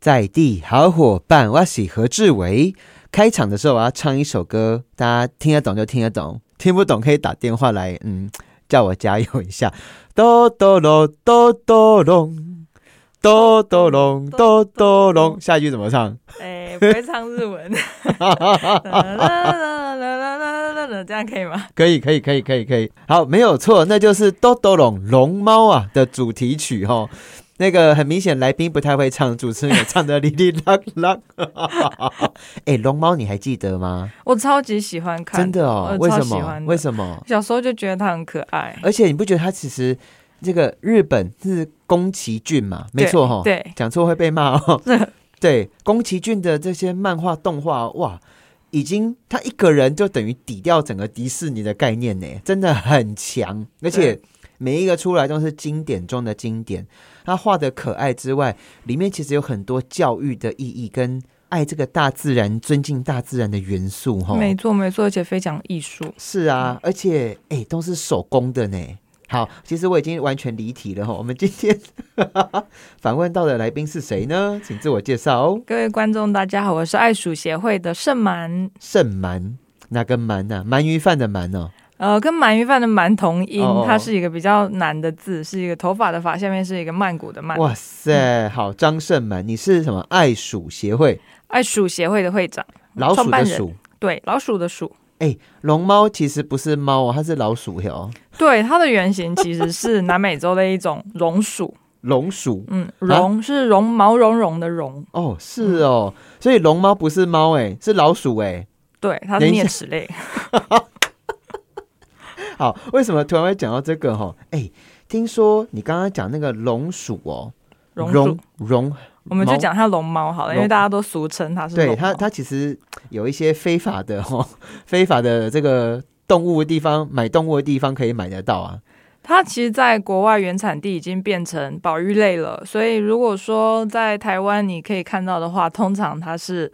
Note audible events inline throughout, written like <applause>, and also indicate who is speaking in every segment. Speaker 1: 在地好伙伴，我是何志伟。开场的时候我要唱一首歌，大家听得懂就听得懂，听不懂可以打电话来，嗯，叫我加油一下。哆哆隆哆哆隆，哆哆隆哆哆隆，下一句怎么唱？
Speaker 2: 哎、不会唱日文。啦啦啦啦啦啦啦啦，这样可以吗？
Speaker 1: 可以，可以，可以，可以，可以。好，没有错，那就是《豆豆龙龙猫》啊的主题曲哈、那个很明显，来宾不太会唱，主持人也唱的哩哩啦啦。 <laughs> 哎、龙猫你还记得吗？
Speaker 2: 我超级喜欢看，
Speaker 1: 真的哦，
Speaker 2: 我
Speaker 1: 为
Speaker 2: 超
Speaker 1: 什
Speaker 2: 喜欢
Speaker 1: 么？
Speaker 2: 的
Speaker 1: 为什么？
Speaker 2: 小时候就觉得它很可爱。
Speaker 1: 而且你不觉得它其实这个日本是宫崎骏嘛？没错哈、
Speaker 2: 对，
Speaker 1: 讲错会被骂
Speaker 2: <laughs>
Speaker 1: 哦
Speaker 2: 是。
Speaker 1: 对，宫崎骏的这些漫画动画，哇，已经他一个人就等于抵掉整个迪士尼的概念呢，真的很强，而且
Speaker 2: 对
Speaker 1: 每一个出来都是经典中的经典。他画的可爱之外，里面其实有很多教育的意义跟爱这个大自然、尊敬大自然的元素哈。
Speaker 2: 没错没错，而且非常艺术。
Speaker 1: 是
Speaker 2: 嗯
Speaker 1: 啊，而且哎、都是手工的呢。好，其实我已经完全离题了哈。我们今天 <laughs> 访问到的来宾是谁呢？请自我介绍哦。
Speaker 2: 各位观众，大家好，我是爱鼠协会的盛满，
Speaker 1: 盛鳗，哪个鳗呢、鳗鱼饭的鳗哦。
Speaker 2: 呃，跟鳗鱼饭的鳗同音，
Speaker 1: 哦哦
Speaker 2: 它是一个比较难的字，是一个头发的发，下面是一个曼谷的曼。
Speaker 1: 哇
Speaker 2: 嗯
Speaker 1: 塞，好，张盛鳗，你是什么爱鼠协会
Speaker 2: 爱鼠协会的会长，
Speaker 1: 老鼠
Speaker 2: 嗯创
Speaker 1: 的
Speaker 2: 办人
Speaker 1: 鼠？
Speaker 2: 对，老鼠的鼠，
Speaker 1: 哎、龙猫其实不是猫哦，它是老鼠哟。
Speaker 2: 对，它的原型其实是南美洲的一种绒鼠，
Speaker 1: 龙鼠
Speaker 2: 嗯，绒、是绒毛茸茸的茸，
Speaker 1: 哦，是哦，所以龙猫不是猫哎，是老鼠哎。
Speaker 2: 对，它
Speaker 1: 等
Speaker 2: 是
Speaker 1: 一下
Speaker 2: 啮齿类。
Speaker 1: <laughs> 好，为什么突然会讲到这个哈？哎、听说你刚刚讲那个龙鼠哦，
Speaker 2: 绒鼠
Speaker 1: 绒，
Speaker 2: 我们就
Speaker 1: 猫
Speaker 2: 讲它龙猫好了，因为
Speaker 1: 龙
Speaker 2: 大家都俗称它是龙
Speaker 1: 对
Speaker 2: 猫。
Speaker 1: 它它其实有一些非法的哦， <laughs> 非法的这个动物的地方买动物的地方可以买得到啊。
Speaker 2: 它其实，在国外原产地已经变成保育类了，所以如果说在台湾你可以看到的话，通常它是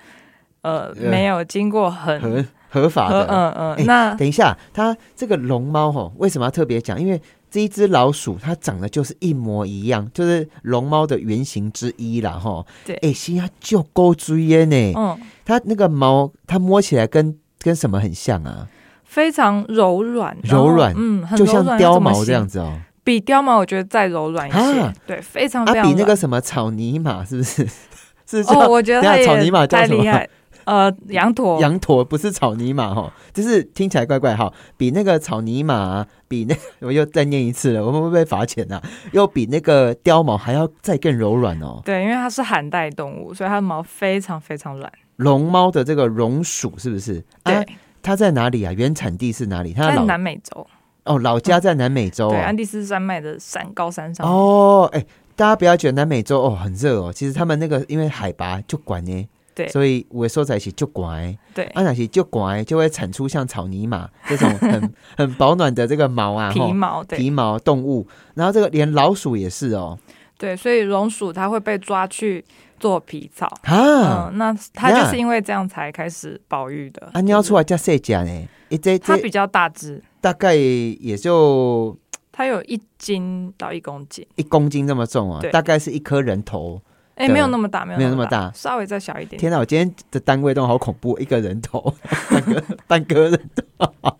Speaker 2: 呃
Speaker 1: 呃
Speaker 2: 没有经过很
Speaker 1: 合合法
Speaker 2: 和
Speaker 1: 的。
Speaker 2: 嗯嗯，
Speaker 1: 哎
Speaker 2: 那
Speaker 1: 等一下，它这个龙猫吼，为什么要特别讲？因为这一只老鼠它长得就是一模一样，就是龙猫的原型之一啦吼。
Speaker 2: 对
Speaker 1: 哎、新加就够注意呢。
Speaker 2: 嗯
Speaker 1: 它那个毛，它摸起来跟跟什么很像啊？
Speaker 2: 非常柔软，然后
Speaker 1: 柔软
Speaker 2: 嗯，很
Speaker 1: 就
Speaker 2: 柔
Speaker 1: 像貂毛
Speaker 2: 软
Speaker 1: 这，
Speaker 2: 要怎么
Speaker 1: 样
Speaker 2: 形
Speaker 1: 子哦。
Speaker 2: 比貂毛我觉得再柔软一些
Speaker 1: 啊，
Speaker 2: 对，非常
Speaker 1: 啊
Speaker 2: 非，常
Speaker 1: 比那个
Speaker 2: 软
Speaker 1: 什么草泥马是不是？ <laughs> 是叫、
Speaker 2: 哦，我觉得
Speaker 1: 等
Speaker 2: 它
Speaker 1: 一下草泥马
Speaker 2: 也
Speaker 1: 叫
Speaker 2: 太
Speaker 1: 什么
Speaker 2: 厉害，呃，羊驼，
Speaker 1: 羊驼不是草泥马哈，就是听起来怪怪哈，比那个草泥马、啊比那 <laughs> 我又再念一次了，我们会不会罚钱啊？又比那个貂毛还要再更柔软哦。
Speaker 2: 对，因为它是寒带动物，所以它的毛非常非常软。
Speaker 1: 龙猫的这个绒鼠是不是？
Speaker 2: 对，
Speaker 1: 啊，它在哪里啊？原产地是哪里？它
Speaker 2: 在
Speaker 1: 的老
Speaker 2: 南美洲，
Speaker 1: 哦老家在南美洲
Speaker 2: 对，
Speaker 1: 哦
Speaker 2: 安。第斯山脉的山高山上。
Speaker 1: 哦，哎、大家不要觉得南美洲哦很热哦，其实他们那个因为海拔就管呢，
Speaker 2: 对
Speaker 1: 所以我说在一起就管欸。
Speaker 2: 对，
Speaker 1: 安乃西就乖，就会产出像草泥马这种
Speaker 2: <laughs>
Speaker 1: 很很保暖的这个毛啊，
Speaker 2: 皮
Speaker 1: 吼
Speaker 2: 毛，对
Speaker 1: 皮毛动物。然后这个连老鼠也是哦，
Speaker 2: 对，所以绒鼠它会被抓去做皮草。
Speaker 1: 啊，
Speaker 2: 嗯，那它就
Speaker 1: 呀
Speaker 2: 是因为这样才开始保育的。
Speaker 1: 啊尿出来叫谁讲呢？一这
Speaker 2: 它
Speaker 1: 这
Speaker 2: 比较大只，
Speaker 1: 大概也就
Speaker 2: 它有一斤到一公斤，
Speaker 1: 一公斤这么重啊
Speaker 2: 对，
Speaker 1: 大概是一颗人头。
Speaker 2: 哎，
Speaker 1: 对
Speaker 2: 没有那么大，没
Speaker 1: 没有
Speaker 2: 有
Speaker 1: 那么
Speaker 2: 大
Speaker 1: 大，
Speaker 2: 稍微再小一点点。
Speaker 1: 天哪，我今天的单位都好恐怖，一个人头， <laughs> 半个半个人头。 <laughs>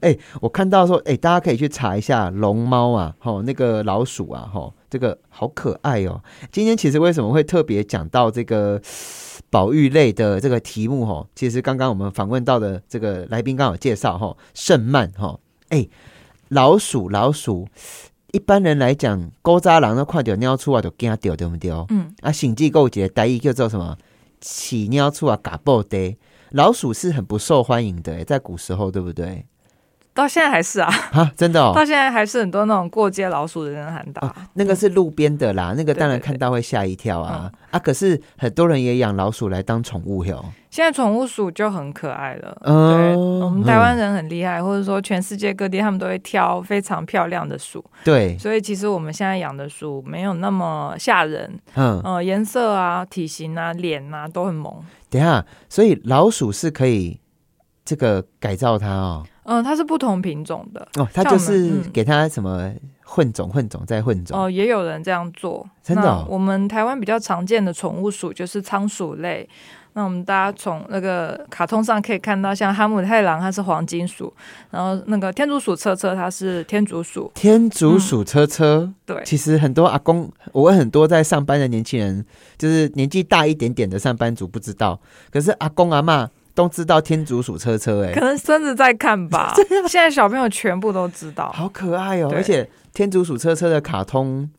Speaker 1: 哎、我看到说，哎、大家可以去查一下龙猫啊，吼，那个老鼠啊，吼，这个好可爱哦。今天其实为什么会特别讲到这个 <coughs> 保育类的这个题目，吼，其实刚刚我们访问到的这个来宾刚好介绍，吼，圣曼，吼，哎、老鼠，老鼠。一般人来讲，勾扎狼都快点尿出来就惊掉，对不对？
Speaker 2: 嗯，
Speaker 1: 啊，醒记购节台语叫做什么？起尿出啊，嘎爆的。老鼠是很不受欢迎的，欸在古时候，对不对？
Speaker 2: 到现在还是啊，
Speaker 1: 啊，真的哦
Speaker 2: 到，现在还是很多那种过街老鼠的人喊打。
Speaker 1: 那个是路边的啦，那个当然
Speaker 2: 对嗯对对
Speaker 1: 看到会吓一跳啊啊！可是很多人也养老鼠来当宠物哟。
Speaker 2: 现在宠物鼠就很可爱了。对，
Speaker 1: 嗯，
Speaker 2: 我们台湾人很厉害，或者说全世界各地他们都会挑非常漂亮的鼠，
Speaker 1: 嗯对，
Speaker 2: 所以其实我们现在养的鼠没有那么吓人，
Speaker 1: 嗯，
Speaker 2: 呃，颜色啊、体型啊、脸啊都很萌。
Speaker 1: 等一下，所以老鼠是可以这个改造它哦，
Speaker 2: 嗯，它是不同品种的
Speaker 1: 哦，它
Speaker 2: 像
Speaker 1: 就
Speaker 2: 我们
Speaker 1: 是
Speaker 2: 嗯
Speaker 1: 给它什么混种、混种再混种。
Speaker 2: 哦，也有人这样做。
Speaker 1: 啊真的哦
Speaker 2: 那我们台湾比较常见的宠物鼠就是仓鼠类。那我们大家从那个卡通上可以看到，像哈姆太郎它是黄金鼠，然后那个天竺鼠车车它是天竺鼠，
Speaker 1: 天
Speaker 2: 嗯
Speaker 1: 竺鼠车车，
Speaker 2: 对，
Speaker 1: 其实很多阿公，我问很多在上班的年轻人，就是年纪大一点点的上班族不知道，可是阿公阿嬷都知道天竺鼠车车、
Speaker 2: 可
Speaker 1: 哎，
Speaker 2: 能孙子在
Speaker 1: <laughs>
Speaker 2: 看吧。 <laughs> 现在小朋友全部都知道，
Speaker 1: 好可爱哦、
Speaker 2: 对
Speaker 1: 而且天竺鼠车车的卡通，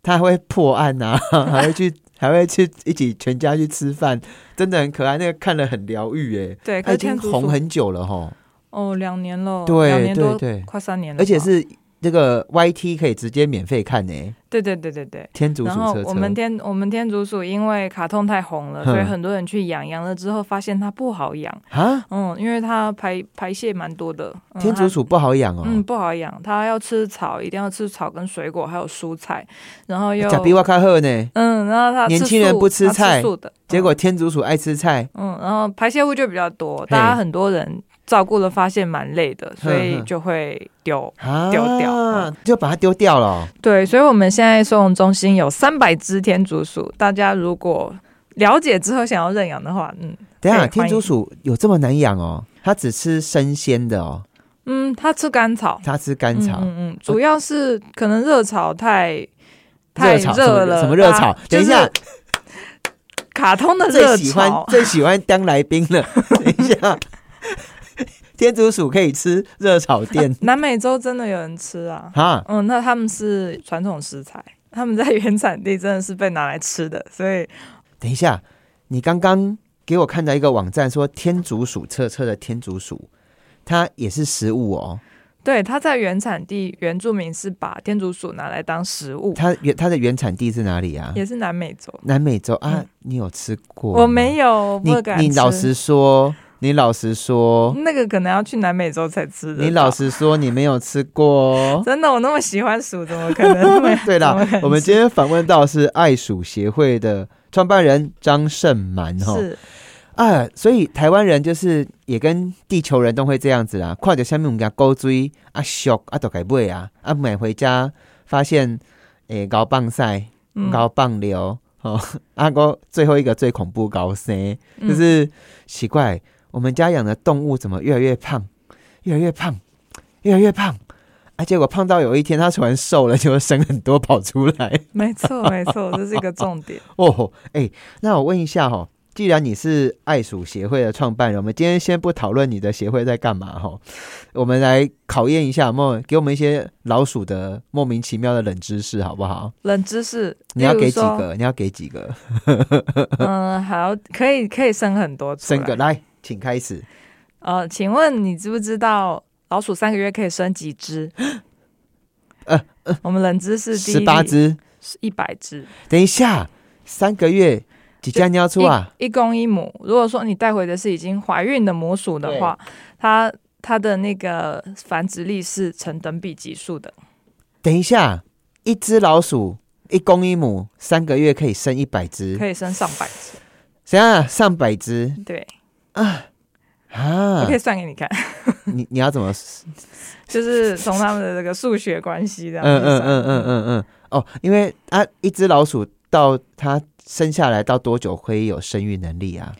Speaker 1: 它还会破案呐、 <laughs> 还会去，还会去一起全家去吃饭，真的很可爱。那个看了很疗愈、哎，
Speaker 2: 对，可
Speaker 1: 它已
Speaker 2: 是天
Speaker 1: 经
Speaker 2: 竺
Speaker 1: 红
Speaker 2: 鼠
Speaker 1: 很久了吼，
Speaker 2: 哦，两年了，
Speaker 1: 对
Speaker 2: 两年多，
Speaker 1: 对对
Speaker 2: 快三年了吧，
Speaker 1: 而且是那个 YT 可以直接免费看呢、哎
Speaker 2: 对对对对对。
Speaker 1: 天竺鼠
Speaker 2: 然后
Speaker 1: 车车
Speaker 2: 我。们天我们天竺鼠因为卡通太红了，
Speaker 1: 哼
Speaker 2: 所以很多人去养，养了之后发现它不好养，
Speaker 1: 啊，
Speaker 2: 嗯，因为它排排泄蛮多的。嗯、
Speaker 1: 天竺鼠不好养
Speaker 2: 它
Speaker 1: 哦、
Speaker 2: 嗯不好养，它要吃草，一定要吃草跟水果还有蔬菜，然后又
Speaker 1: 哎假比瓦卡赫呢？
Speaker 2: 哎嗯，然后它
Speaker 1: 年轻人
Speaker 2: 素
Speaker 1: 不吃
Speaker 2: 它
Speaker 1: 菜
Speaker 2: 素的，
Speaker 1: 结果天竺鼠爱吃菜，
Speaker 2: 嗯，然后排泄物就比较多，大家很多人照顾了发现蛮累的，所以
Speaker 1: 哼
Speaker 2: 就会丢。
Speaker 1: 啊，
Speaker 2: 丢掉嗯
Speaker 1: 就把它丢掉了哦。
Speaker 2: 对，所以我们现在收容中心有三百只天竺鼠，大家如果了解之后想要认养的话，嗯
Speaker 1: 等一下，
Speaker 2: 对
Speaker 1: 天竺鼠有这么难养哦？它只吃生鲜的哦，
Speaker 2: 嗯，它吃甘草，
Speaker 1: 它吃甘草、
Speaker 2: 嗯嗯嗯，主要是可能热草太太
Speaker 1: 热草什么
Speaker 2: 热了，
Speaker 1: 什么热草
Speaker 2: 啊？
Speaker 1: 等一下，，
Speaker 2: 就是卡通的热
Speaker 1: 最喜欢
Speaker 2: 潮，
Speaker 1: 最喜欢当来宾
Speaker 2: <laughs>
Speaker 1: 了。等一下，天竺鼠可以吃热炒店
Speaker 2: <laughs> 南美洲真的有人吃啊，
Speaker 1: 哈，
Speaker 2: 嗯，那他们是传统食材，他们在原产地真的是被拿来吃的，所以
Speaker 1: 等一下，你刚刚给我看到一个网站说天竺鼠车车的天竺鼠，它也是食物哦，
Speaker 2: 对它在原产地原住民是把天竺鼠拿来当食物，
Speaker 1: 它原它的原产地是哪里啊？
Speaker 2: 也是南美洲。
Speaker 1: 南美洲啊，
Speaker 2: 嗯
Speaker 1: 你有吃过吗？
Speaker 2: 我没有，
Speaker 1: 你
Speaker 2: 不敢
Speaker 1: 你
Speaker 2: 吃嗯
Speaker 1: 老实说，你老实说，
Speaker 2: 那个可能要去南美洲才吃的。。
Speaker 1: 你老实说，你没有吃过哦？
Speaker 2: 真的，我那么喜欢鼠，怎么可能会
Speaker 1: <laughs> 对
Speaker 2: 怎么
Speaker 1: 啦
Speaker 2: 可能，
Speaker 1: 我们今天访问到的是爱鼠协会的创办人张胜蛮哈
Speaker 2: 是
Speaker 1: 啊，所以台湾人就是也跟地球人都会这样子啦，跨着下面我们家勾追啊俗啊都改不啊啊买回家发现诶高棒晒
Speaker 2: 嗯
Speaker 1: 高棒流哦阿哥最后一个最恐怖高生。
Speaker 2: 嗯
Speaker 1: 就是奇怪，我们家养的动物怎么越来越胖，越来越胖，越来越胖，啊，结果胖到有一天它突然瘦了，就生很多跑出来。 <laughs>
Speaker 2: 没错，没错，这是一个重点。
Speaker 1: 哦，哎、那我问一下哈、哦，既然你是爱鼠协会的创办人，我们今天先不讨论你的协会在干嘛哈、哦，我们来考验一下，有没有给我们一些老鼠的莫名其妙的冷知识，好不好？
Speaker 2: 冷知识，
Speaker 1: 你要
Speaker 2: 例如
Speaker 1: 给几
Speaker 2: 说？
Speaker 1: 个？你要给几个？
Speaker 2: 嗯，好，可以，可以生很多出来
Speaker 1: 生个。来，请开始。
Speaker 2: 呃，请问你知不知道老鼠三个月可以生几只？
Speaker 1: <laughs> 呃
Speaker 2: 我们冷知识第
Speaker 1: 十八，只。
Speaker 2: 一百只，
Speaker 1: 等一下，三个月几家尿出啊？
Speaker 2: 一公一母。如果说你带回的是已经怀孕的母鼠的话，它它的那个繁殖力是成等比级数的。
Speaker 1: 等一下，一只老鼠一公一母，三个月可以生一百只，
Speaker 2: 可以生上百只。
Speaker 1: 谁啊？上百只
Speaker 2: 对，我
Speaker 1: 啊嗯
Speaker 2: 可！以算给你看， <laughs>
Speaker 1: 你你要怎么？
Speaker 2: 就是从他们的这个数学关系这
Speaker 1: 嗯
Speaker 2: 样子
Speaker 1: 嗯
Speaker 2: 算。
Speaker 1: 嗯嗯嗯嗯，哦，因为啊，一只老鼠到它生下来到多久会有生育能力啊？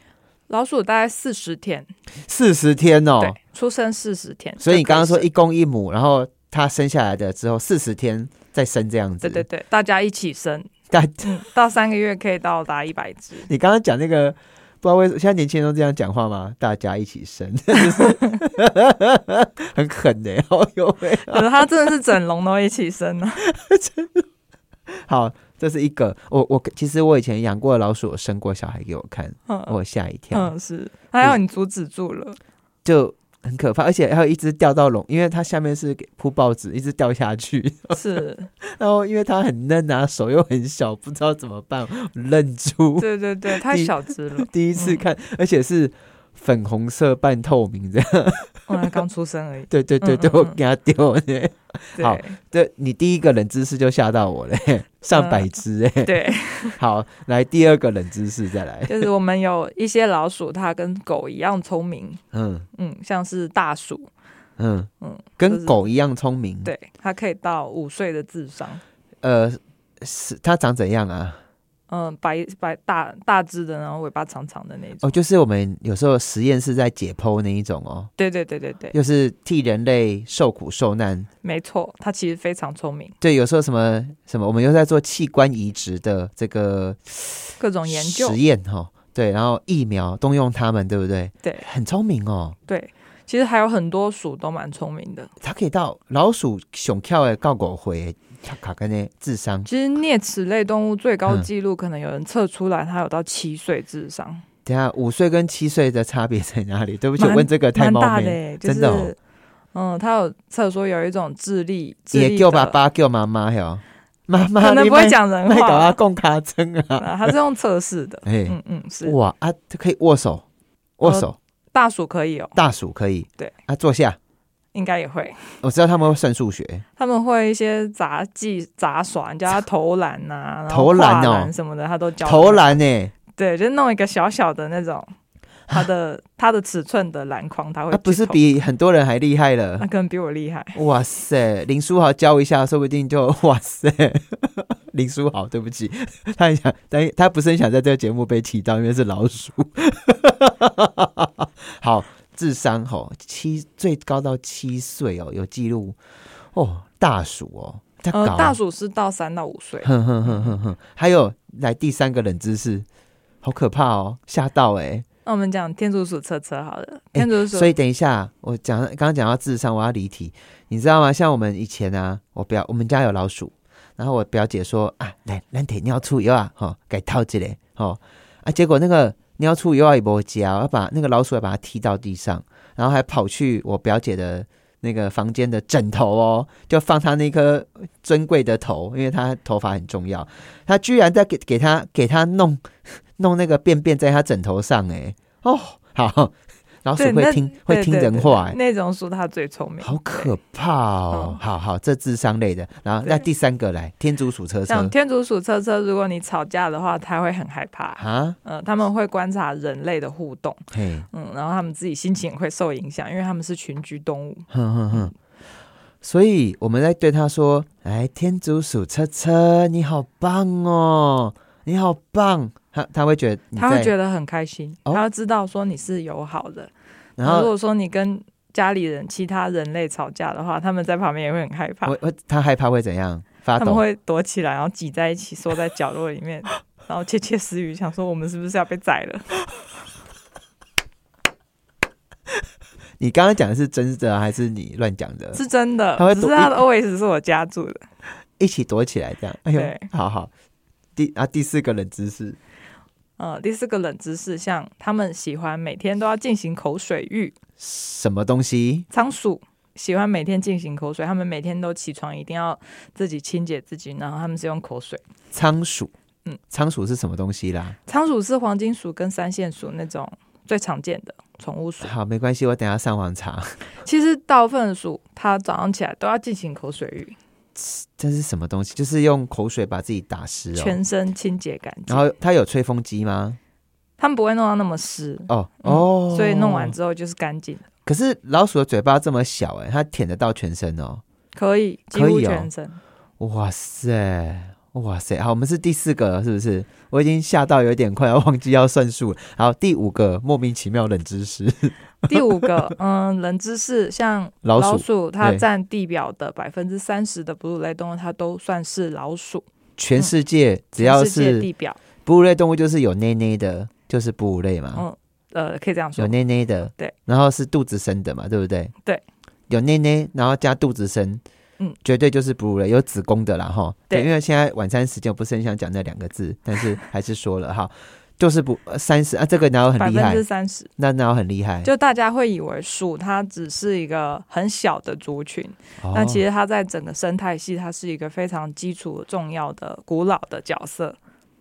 Speaker 2: 老鼠大概四十天，
Speaker 1: 四十天哦
Speaker 2: 对。，出生四十天。
Speaker 1: 所以你刚刚说
Speaker 2: 就可
Speaker 1: 一公一母，然后它生下来的之后四十天再生这样子。
Speaker 2: 生，对对对，大家一起生，
Speaker 1: 但
Speaker 2: 嗯，到三个月可以到达一百
Speaker 1: <laughs>
Speaker 2: 只。
Speaker 1: 你刚刚讲那个，不知道为什么现在年轻人都这样讲话吗？大家一起生， <laughs> 就是很狠 <laughs> 哦的、好有味。
Speaker 2: 可是它真的是整笼都一起生啊。
Speaker 1: 好，这是一个。我我其实我以前养过的老鼠，我生过小孩给我看，
Speaker 2: 嗯
Speaker 1: <laughs> 我吓一跳，
Speaker 2: 嗯，是，还好你阻止住
Speaker 1: <laughs>
Speaker 2: 了。
Speaker 1: 就很可怕。而且还有一只掉到笼，因为它下面是给铺报纸，一直掉下去。 <laughs>
Speaker 2: 是，
Speaker 1: 然后因为它很嫩啊，手又很小，不知道怎么办，我愣住。
Speaker 2: 对对对，太
Speaker 1: 第
Speaker 2: 小只了。
Speaker 1: 第一次看，而且是粉红色半透明这样。
Speaker 2: 嗯，刚出生而已。
Speaker 1: 对对对
Speaker 2: 嗯
Speaker 1: 对，
Speaker 2: 嗯
Speaker 1: 我
Speaker 2: 嗯
Speaker 1: 给他丢了呢。<laughs>
Speaker 2: 对
Speaker 1: 好对你第一个冷知识就吓到我嘞，
Speaker 2: <laughs> 啊
Speaker 1: 上百只哎、
Speaker 2: 对，
Speaker 1: <laughs> 好，来第二个冷知识再来。
Speaker 2: 就是我们有一些老鼠，它跟狗一样聪明，
Speaker 1: 嗯
Speaker 2: <laughs> 嗯，像是大鼠，
Speaker 1: 嗯
Speaker 2: 嗯，就
Speaker 1: 跟
Speaker 2: 是
Speaker 1: 狗一样聪明。，
Speaker 2: 对，它可以到五岁的智商。
Speaker 1: 呃，是它长怎样啊？
Speaker 2: 嗯，白白大大只的，然后尾巴长长的那种。
Speaker 1: 哦，就是我们有时候实验室在解剖那一种哦，
Speaker 2: 对对对对对，
Speaker 1: 就是替人类受苦受难。
Speaker 2: 没错，它其实非常聪明，
Speaker 1: 对，有时候什么什么，我们又在做器官移植的这个
Speaker 2: 各种研究
Speaker 1: 实。验哈、哦。对，然后疫苗动用它们，对不对？
Speaker 2: 对
Speaker 1: 很聪明哦。
Speaker 2: 对，其实还有很多鼠都蛮聪明的。
Speaker 1: 它可以到老鼠熊跳的告狗回，它卡跟那智商
Speaker 2: 其实啮齿类动物最高
Speaker 1: 嗯
Speaker 2: 纪录，可能有人测出来，它有到七岁智商，
Speaker 1: 等一下，五岁跟七岁的差别在哪里？对不起，
Speaker 2: 蛮
Speaker 1: 我问这个太
Speaker 2: 蛮
Speaker 1: 冒
Speaker 2: 大的
Speaker 1: 昧。
Speaker 2: 欸，就
Speaker 1: 真的哦
Speaker 2: 是。嗯，它有测说有一种智力，智
Speaker 1: 也
Speaker 2: 力
Speaker 1: 叫
Speaker 2: 的
Speaker 1: 爸，爸，叫妈妈哟，妈妈
Speaker 2: 可能
Speaker 1: 你
Speaker 2: 不会
Speaker 1: 别
Speaker 2: 讲人
Speaker 1: 别搞
Speaker 2: 话
Speaker 1: 啊，，共卡针
Speaker 2: <laughs>
Speaker 1: 啊！
Speaker 2: 啊它是用测
Speaker 1: <laughs>
Speaker 2: 试的。
Speaker 1: 哎、
Speaker 2: 嗯嗯，是
Speaker 1: 哇啊，这可以握手，握手，
Speaker 2: 大鼠可以哦，
Speaker 1: 大鼠可以。
Speaker 2: 对
Speaker 1: 啊，坐下。
Speaker 2: 应该也会。
Speaker 1: 我知道他们会算数学，
Speaker 2: 他们会一些杂技、杂耍，你
Speaker 1: <laughs>
Speaker 2: 叫他投篮啊呐、然后
Speaker 1: 投篮哦
Speaker 2: 跨栏什么的，他都教。
Speaker 1: 投，篮呢、欸
Speaker 2: 对，就弄一个小小的那种，
Speaker 1: <laughs>
Speaker 2: 它的它的尺寸的篮筐，他会
Speaker 1: 啊，
Speaker 2: 去投。
Speaker 1: 不是比很多人还厉害了
Speaker 2: 那、？可能比我厉害。
Speaker 1: 哇塞，林书豪教一下，说不定就 <laughs> 哇塞。林书豪，对不起， <laughs> 他很想，但他不是很想在这个节目被提到，因为是老鼠。 <laughs> 好，智商吼七最高到七岁哦，有记录哦，大鼠哦，他搞、
Speaker 2: 呃，大，鼠是到三到五岁，
Speaker 1: 哼哼哼哼哼，还有来第三个冷知识，好可怕哦，吓到哎、
Speaker 2: 那我们讲天竺鼠车车好了，天竺鼠，
Speaker 1: 所以等一下，我讲刚刚讲到智商，我要离题，你知道吗？像我们以前啊，我表我们家有老鼠，然后我表姐说啊，来，咱得尿出油啊，吼、给套起来，吼、啊，结果那个尿出油啊也不加，要把那个老鼠要把它踢到地上，然后还跑去我表姐的那个房间的枕头哦，就放她那颗尊贵的头，因为她头发很重要，她居然在给给她给她弄 <laughs> 弄那个便便在她枕头上，哎，哦，好。老鼠
Speaker 2: 对
Speaker 1: 会
Speaker 2: 那
Speaker 1: 听会
Speaker 2: 对
Speaker 1: 听
Speaker 2: 对嗯
Speaker 1: 人
Speaker 2: 对
Speaker 1: 话、哎
Speaker 2: 那种鼠它最聪明，
Speaker 1: 好
Speaker 2: 对。
Speaker 1: 可怕哦！好好，这智商类的，然后
Speaker 2: 对
Speaker 1: 那第三个来天竺鼠车
Speaker 2: 像
Speaker 1: 车
Speaker 2: 天竺鼠车车，如果你吵架的话，它会很害怕。
Speaker 1: 啊，
Speaker 2: 呃，他们会观察人类的互动，
Speaker 1: 嘿，
Speaker 2: 嗯，然后他们自己心情也会受影响，因为他们是群居动物。
Speaker 1: 哼哼哼。所以我们在对他说：“哎，天竺鼠车车，你好棒哦，你好棒。他”他会觉得你在，
Speaker 2: 他会觉得很开心，
Speaker 1: 哦
Speaker 2: 他会知道说你是友好的。
Speaker 1: 然
Speaker 2: 如
Speaker 1: 后
Speaker 2: 果说你跟家里人、其他人类吵架的话，他们在旁边也会很害怕，
Speaker 1: 我我他害怕会怎样？发
Speaker 2: 他们
Speaker 1: 抖。
Speaker 2: 会躲起来，然后挤在一起，缩在角落里面，然后窃窃私语，想说我们是不是要被宰了？ <laughs>
Speaker 1: 你刚刚讲的是真的啊还是你乱讲的？
Speaker 2: 是真的
Speaker 1: 他会，
Speaker 2: 只
Speaker 1: 躲
Speaker 2: 是他的 always 是我家住的。
Speaker 1: 一起躲起来这样？哎
Speaker 2: 对
Speaker 1: 呦，好好。第啊，第四个冷知识，
Speaker 2: 呃，第四个冷知识，像他们喜欢每天都要进行口水浴，
Speaker 1: 什么东西？
Speaker 2: 仓鼠喜欢每天进行口水，他们每天都起床一定要自己清洁自己，然后他们是用口水。
Speaker 1: 仓鼠，
Speaker 2: 嗯
Speaker 1: 嗯，仓鼠是什么东西啦？
Speaker 2: 仓鼠是黄金鼠跟三线鼠那种最常见的宠物鼠。
Speaker 1: 好，没关系，我等一下上网查，
Speaker 2: 其实大部分的鼠，它早上起来都要进行口水浴，
Speaker 1: 这是什么东西？就是用口水把自己打湿哦。
Speaker 2: 全身清洁干净
Speaker 1: 然。后它有吹风机吗？
Speaker 2: 它们不会弄到那么湿，
Speaker 1: 哦、
Speaker 2: 嗯
Speaker 1: 哦，
Speaker 2: 所以弄完。之后就是干净的，
Speaker 1: 可是老鼠的嘴巴这么小、哎，它舔得到全身哦。
Speaker 2: 可以几
Speaker 1: 可
Speaker 2: 乎
Speaker 1: 以哦
Speaker 2: 全身。
Speaker 1: 哇塞，哇塞，好，我们是第四个了，是不是？我已经吓到有点快要忘记要算数了。好，第五个莫名其妙冷知识， <laughs>
Speaker 2: 第五个，嗯，冷知识，像
Speaker 1: 老鼠
Speaker 2: 鼠它
Speaker 1: 对
Speaker 2: 占地表的百分之三十的哺乳类动物，它都算是老鼠。
Speaker 1: 全世界只
Speaker 2: 嗯全
Speaker 1: 要
Speaker 2: 世界
Speaker 1: 是
Speaker 2: 地表，
Speaker 1: 哺乳类动物，就是有内内的，就是哺乳类嘛。
Speaker 2: 嗯呃，可以这样
Speaker 1: 啊有
Speaker 2: 说，
Speaker 1: 内内的，
Speaker 2: 对，
Speaker 1: 然后是肚子生的嘛，对不对？
Speaker 2: 对，
Speaker 1: 有内内，然后加肚子生，
Speaker 2: 嗯，
Speaker 1: 绝对就是哺乳类，有子宫的啦，哈。
Speaker 2: 对
Speaker 1: 因为现在晚餐时间我不是很想讲那两个字，但是还是说了哈，就是不三十啊，这个哪有
Speaker 2: 百
Speaker 1: 很厉
Speaker 2: 分
Speaker 1: 害
Speaker 2: 之？三十。
Speaker 1: 那哪有很厉害？
Speaker 2: 就大家会以为鼠它只是一个很小的族群，
Speaker 1: 哦
Speaker 2: 那其实它在整个生态系，它是一个非常基础、重要的、古老的角色。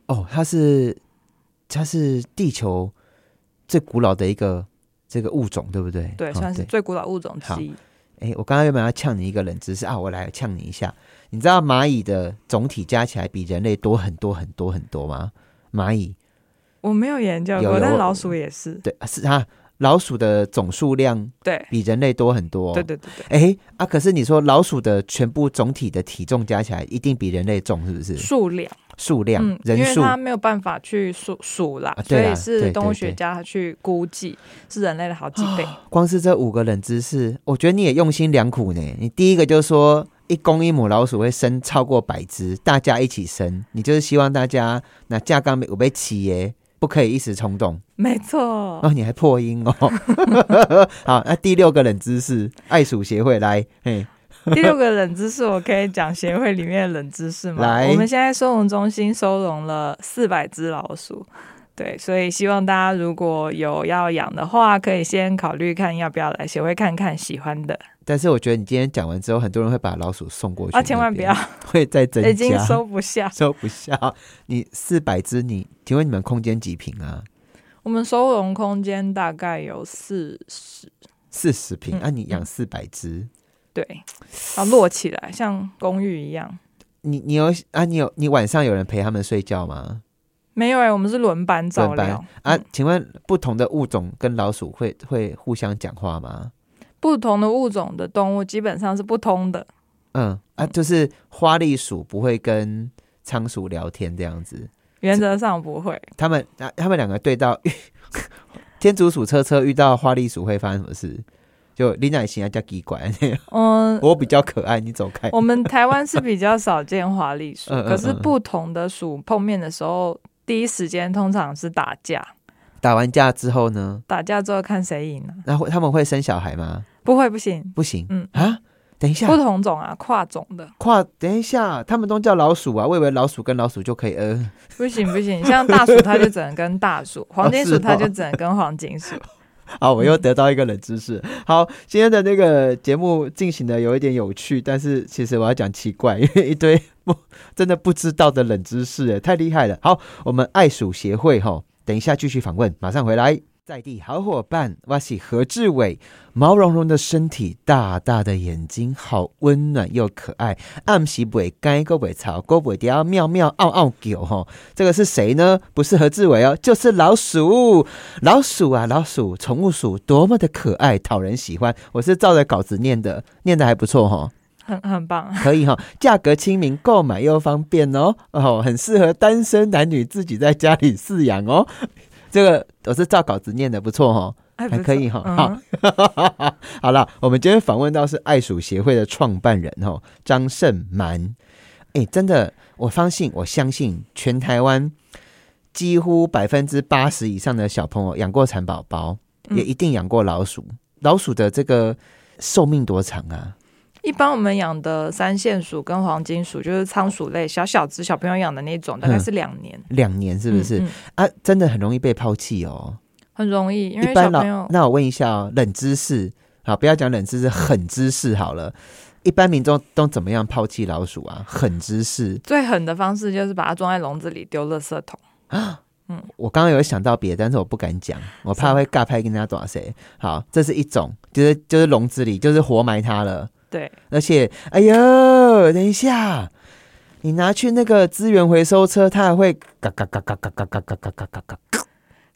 Speaker 1: 哦哦，它是它是地球最古老的一个这个物种，对不对？
Speaker 2: 对，
Speaker 1: 哦
Speaker 2: 算是最古老物种之一。
Speaker 1: 哎，我刚刚原本要呛你一个冷知识啊，我来呛你一下。你知道蚂蚁的总体加起来比人类多很多很多很多吗？蚂蚁
Speaker 2: 我没有研究
Speaker 1: 有
Speaker 2: 过，
Speaker 1: 有
Speaker 2: 但
Speaker 1: 我
Speaker 2: 老鼠也是。
Speaker 1: 对啊是啊，老鼠的总数量
Speaker 2: 对，
Speaker 1: 比人类多很多、
Speaker 2: 对对对对。
Speaker 1: 哎啊，可是你说老鼠的全部总体的体重加起来一定比人类重，是不是？
Speaker 2: 数量，
Speaker 1: 数量、
Speaker 2: 嗯，因
Speaker 1: 人
Speaker 2: 为
Speaker 1: 数
Speaker 2: 它没有办法去数数啦
Speaker 1: 啊，
Speaker 2: 所
Speaker 1: 对
Speaker 2: 以
Speaker 1: 啦对
Speaker 2: 是
Speaker 1: 对
Speaker 2: 动物
Speaker 1: 对
Speaker 2: 学家他去估计是人类的好几倍。
Speaker 1: 光是这五个冷知识，我觉得你也用心良苦呢。你第一个就说一公一母老鼠会生超过百只，大家一起生，你就是希望大家那架杠有被起耶，不可以一时冲动。
Speaker 2: <laughs> 没错，
Speaker 1: <laughs> 哦，你还破音哦。好，那第六个冷知识，爱鼠协会来，嘿，
Speaker 2: 第六个冷知识，我可以讲协会里面的冷知识吗？
Speaker 1: 来
Speaker 2: 我们现在收容中心收容了四百只老鼠，对，所以希望大家如果有要养的话，可以先考虑看要不要来协会看看喜欢的
Speaker 1: 但是我觉得你今天讲完之后，很多人会把老鼠送过去
Speaker 2: 啊，千万
Speaker 1: 那
Speaker 2: 不
Speaker 1: 边
Speaker 2: 要，
Speaker 1: 会再
Speaker 2: <laughs>
Speaker 1: 增加，
Speaker 2: 已经收不下。
Speaker 1: <laughs> 收不下。你四百只，你请问你们空间几平啊？
Speaker 2: 我们收容空间大概有四十，
Speaker 1: 四十平，
Speaker 2: 嗯
Speaker 1: 啊，你养四百只，
Speaker 2: 对，要摞起来像公寓一样。
Speaker 1: 你你有啊？你有你晚上有人陪他们睡觉吗？
Speaker 2: 没有哎、我们是轮班照
Speaker 1: 轮班
Speaker 2: 料
Speaker 1: 啊，
Speaker 2: 嗯
Speaker 1: 请问不同的物种跟老鼠会会互相讲话吗？
Speaker 2: 不同的物种的动物基本上是不通的。
Speaker 1: 嗯啊，
Speaker 2: 嗯
Speaker 1: 就是花栗鼠不会跟仓鼠聊天这样子，
Speaker 2: 原则上不会，
Speaker 1: 他们啊他们两个对到 <laughs> 天竺鼠车车遇到花栗鼠会发生什么事？就你奶行啊叫奇怪， <laughs>
Speaker 2: 嗯，
Speaker 1: 我比较可爱，你走开。
Speaker 2: 我们台湾是比较少见华丽鼠，
Speaker 1: 嗯嗯
Speaker 2: 可是
Speaker 1: 嗯嗯
Speaker 2: 不同的鼠碰面的时候，第一时间通常是打架，
Speaker 1: 打完架之后呢，
Speaker 2: 打架之后看谁赢呢？
Speaker 1: 然后他们会生小孩吗？
Speaker 2: 不会不行，
Speaker 1: 不行，
Speaker 2: 嗯
Speaker 1: 啊，等一下
Speaker 2: 不，同种啊，跨种的
Speaker 1: 跨，等一下，他们都叫老鼠啊，我以为老鼠跟老鼠就可以呃，
Speaker 2: 不行不行，像大鼠它就只能跟大鼠，黄金
Speaker 1: 是 <laughs>
Speaker 2: 鼠
Speaker 1: 哦
Speaker 2: 它就只能跟黄金鼠。
Speaker 1: <laughs> 好，我又得到一个冷知识。好，今天的那个节目进行的有一点有趣，但是其实我要讲奇怪，因为一堆不真的不知道的冷知识，哎太厉害了。好，我们爱鼠协会哈，等一下继续访问，马上回来。在地好伙伴，哇西何志伟，毛茸茸的身体，大大的眼睛，好温暖又可爱。暗喜尾干够尾草，够尾雕妙妙傲傲狗哈，这个是谁呢？不是何志伟哦，就是老鼠。老鼠啊，老鼠，宠物鼠多么的可爱，讨人喜欢。我是照着稿子念的，念的还不错哈，
Speaker 2: 很很棒，
Speaker 1: 可以哈，价格亲民，购买又方便哦，哦，很适合单身男女自己在家里饲养哦。这个我是照稿子念的，不错哈。
Speaker 2: 还
Speaker 1: 还
Speaker 2: 不
Speaker 1: 可
Speaker 2: 错
Speaker 1: 以哈
Speaker 2: 嗯
Speaker 1: 好好了，我们今天访问到是爱鼠协会的创办人哦，张胜蛮。哎，真的，我相信，我相信全台湾几乎百分之八十以上的小朋友养过蚕宝宝，
Speaker 2: 嗯
Speaker 1: 也一定养过老鼠。老鼠的这个寿命多长啊？
Speaker 2: 一般我们养的三线鼠跟黄金鼠，就是仓鼠类小小只小朋友养的那种，大概是两年，
Speaker 1: 两年嗯是不是、
Speaker 2: 嗯嗯
Speaker 1: 啊？真的很容易被抛弃哦。
Speaker 2: 很容易，因
Speaker 1: 一
Speaker 2: 为
Speaker 1: 般
Speaker 2: 小
Speaker 1: 老
Speaker 2: 朋友
Speaker 1: 那我问一下哦，冷知识，好，不要讲冷知识，狠知识好了。一般民众都怎么样抛弃老鼠啊？狠知识，
Speaker 2: 最狠的方式就是把它装在笼子里丢垃圾桶。
Speaker 1: 我刚刚有想到别的，但是我不敢讲，我怕会尬拍跟大家打谁。好，这是一种，就是就是笼子里就是活埋它了，
Speaker 2: 对，
Speaker 1: 而且，哎呦，等一下，你拿去那个资源回收车，它还会嘎嘎嘎嘎嘎嘎嘎嘎嘎嘎嘎嘎。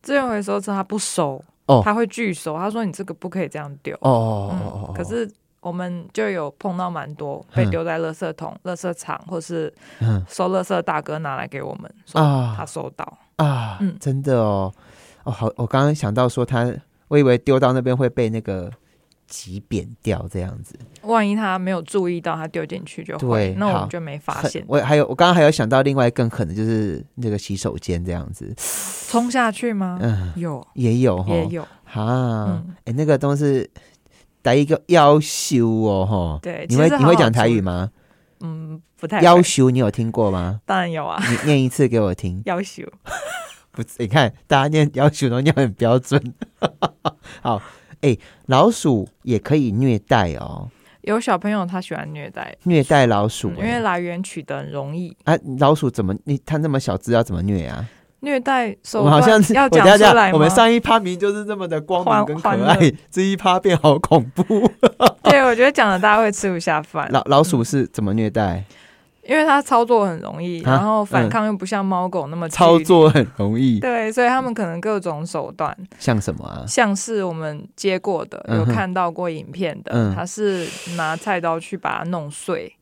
Speaker 2: 资源回收车他不收，
Speaker 1: 哦
Speaker 2: 他会拒收，他说你这个不可以这样丢。
Speaker 1: 哦
Speaker 2: 嗯
Speaker 1: 哦哦，
Speaker 2: 可是我们就有碰到蛮多被
Speaker 1: 嗯
Speaker 2: 丢在垃圾桶、垃圾场，或是
Speaker 1: 嗯
Speaker 2: 收垃圾的大哥拿来给我们，说他
Speaker 1: 啊
Speaker 2: 收到。
Speaker 1: 啊
Speaker 2: 嗯，
Speaker 1: 真的哦，哦好，我刚刚想到说它，我以为丢到那边会被那个挤扁掉这样子。
Speaker 2: 万一他没有注意到，他丢进去就
Speaker 1: 对
Speaker 2: 会，那我
Speaker 1: 好
Speaker 2: 们就没发
Speaker 1: 很
Speaker 2: 现，
Speaker 1: 我还有我刚刚还有想到另外更狠的，就是那个洗手间这样子，
Speaker 2: 冲下去吗？
Speaker 1: 嗯，
Speaker 2: 有，
Speaker 1: 也有哈，
Speaker 2: 也有，
Speaker 1: 哈，
Speaker 2: 嗯
Speaker 1: 哎、那个东西带一个要修哦，哈。
Speaker 2: 对。
Speaker 1: 你会
Speaker 2: 其
Speaker 1: 你
Speaker 2: 实好好
Speaker 1: 会讲台语吗？
Speaker 2: 注意？嗯，不太
Speaker 1: 要
Speaker 2: 会
Speaker 1: 修你有听过吗？
Speaker 2: 当然有啊，。
Speaker 1: 你念一次给我听
Speaker 2: 要求
Speaker 1: 不是，你看大家念要修都念很标准。好，哎、老鼠也可以虐待哦，
Speaker 2: 有小朋友他喜欢虐待，
Speaker 1: 虐待老鼠、
Speaker 2: 嗯因
Speaker 1: 哎
Speaker 2: 为来源取得很容易。
Speaker 1: 啊，老鼠怎么你它那么小只要怎么虐啊？
Speaker 2: 虐待
Speaker 1: 我
Speaker 2: 手
Speaker 1: 们
Speaker 2: 段
Speaker 1: 好像是
Speaker 2: 要
Speaker 1: 我
Speaker 2: 讲
Speaker 1: 家
Speaker 2: 出
Speaker 1: 讲
Speaker 2: 来吗？
Speaker 1: 我们上一趴明明就是这么的光明跟可
Speaker 2: 欢欢
Speaker 1: 爱，这一趴变好恐
Speaker 2: <laughs>
Speaker 1: 怖。
Speaker 2: 对我觉得讲了大家会吃不下饭，
Speaker 1: 老老鼠是怎么虐待？
Speaker 2: 因为它操作很容易，
Speaker 1: 啊
Speaker 2: 然后反
Speaker 1: 嗯
Speaker 2: 抗又不像猫狗那么剧
Speaker 1: 操
Speaker 2: 烈。
Speaker 1: 作很容易，
Speaker 2: 对，所以他们可能各种手段，
Speaker 1: 像什么啊？
Speaker 2: 像是我们接过的、
Speaker 1: 嗯
Speaker 2: 有
Speaker 1: 哼
Speaker 2: 看到过影片的，
Speaker 1: 嗯
Speaker 2: 他是拿菜刀去把它弄碎，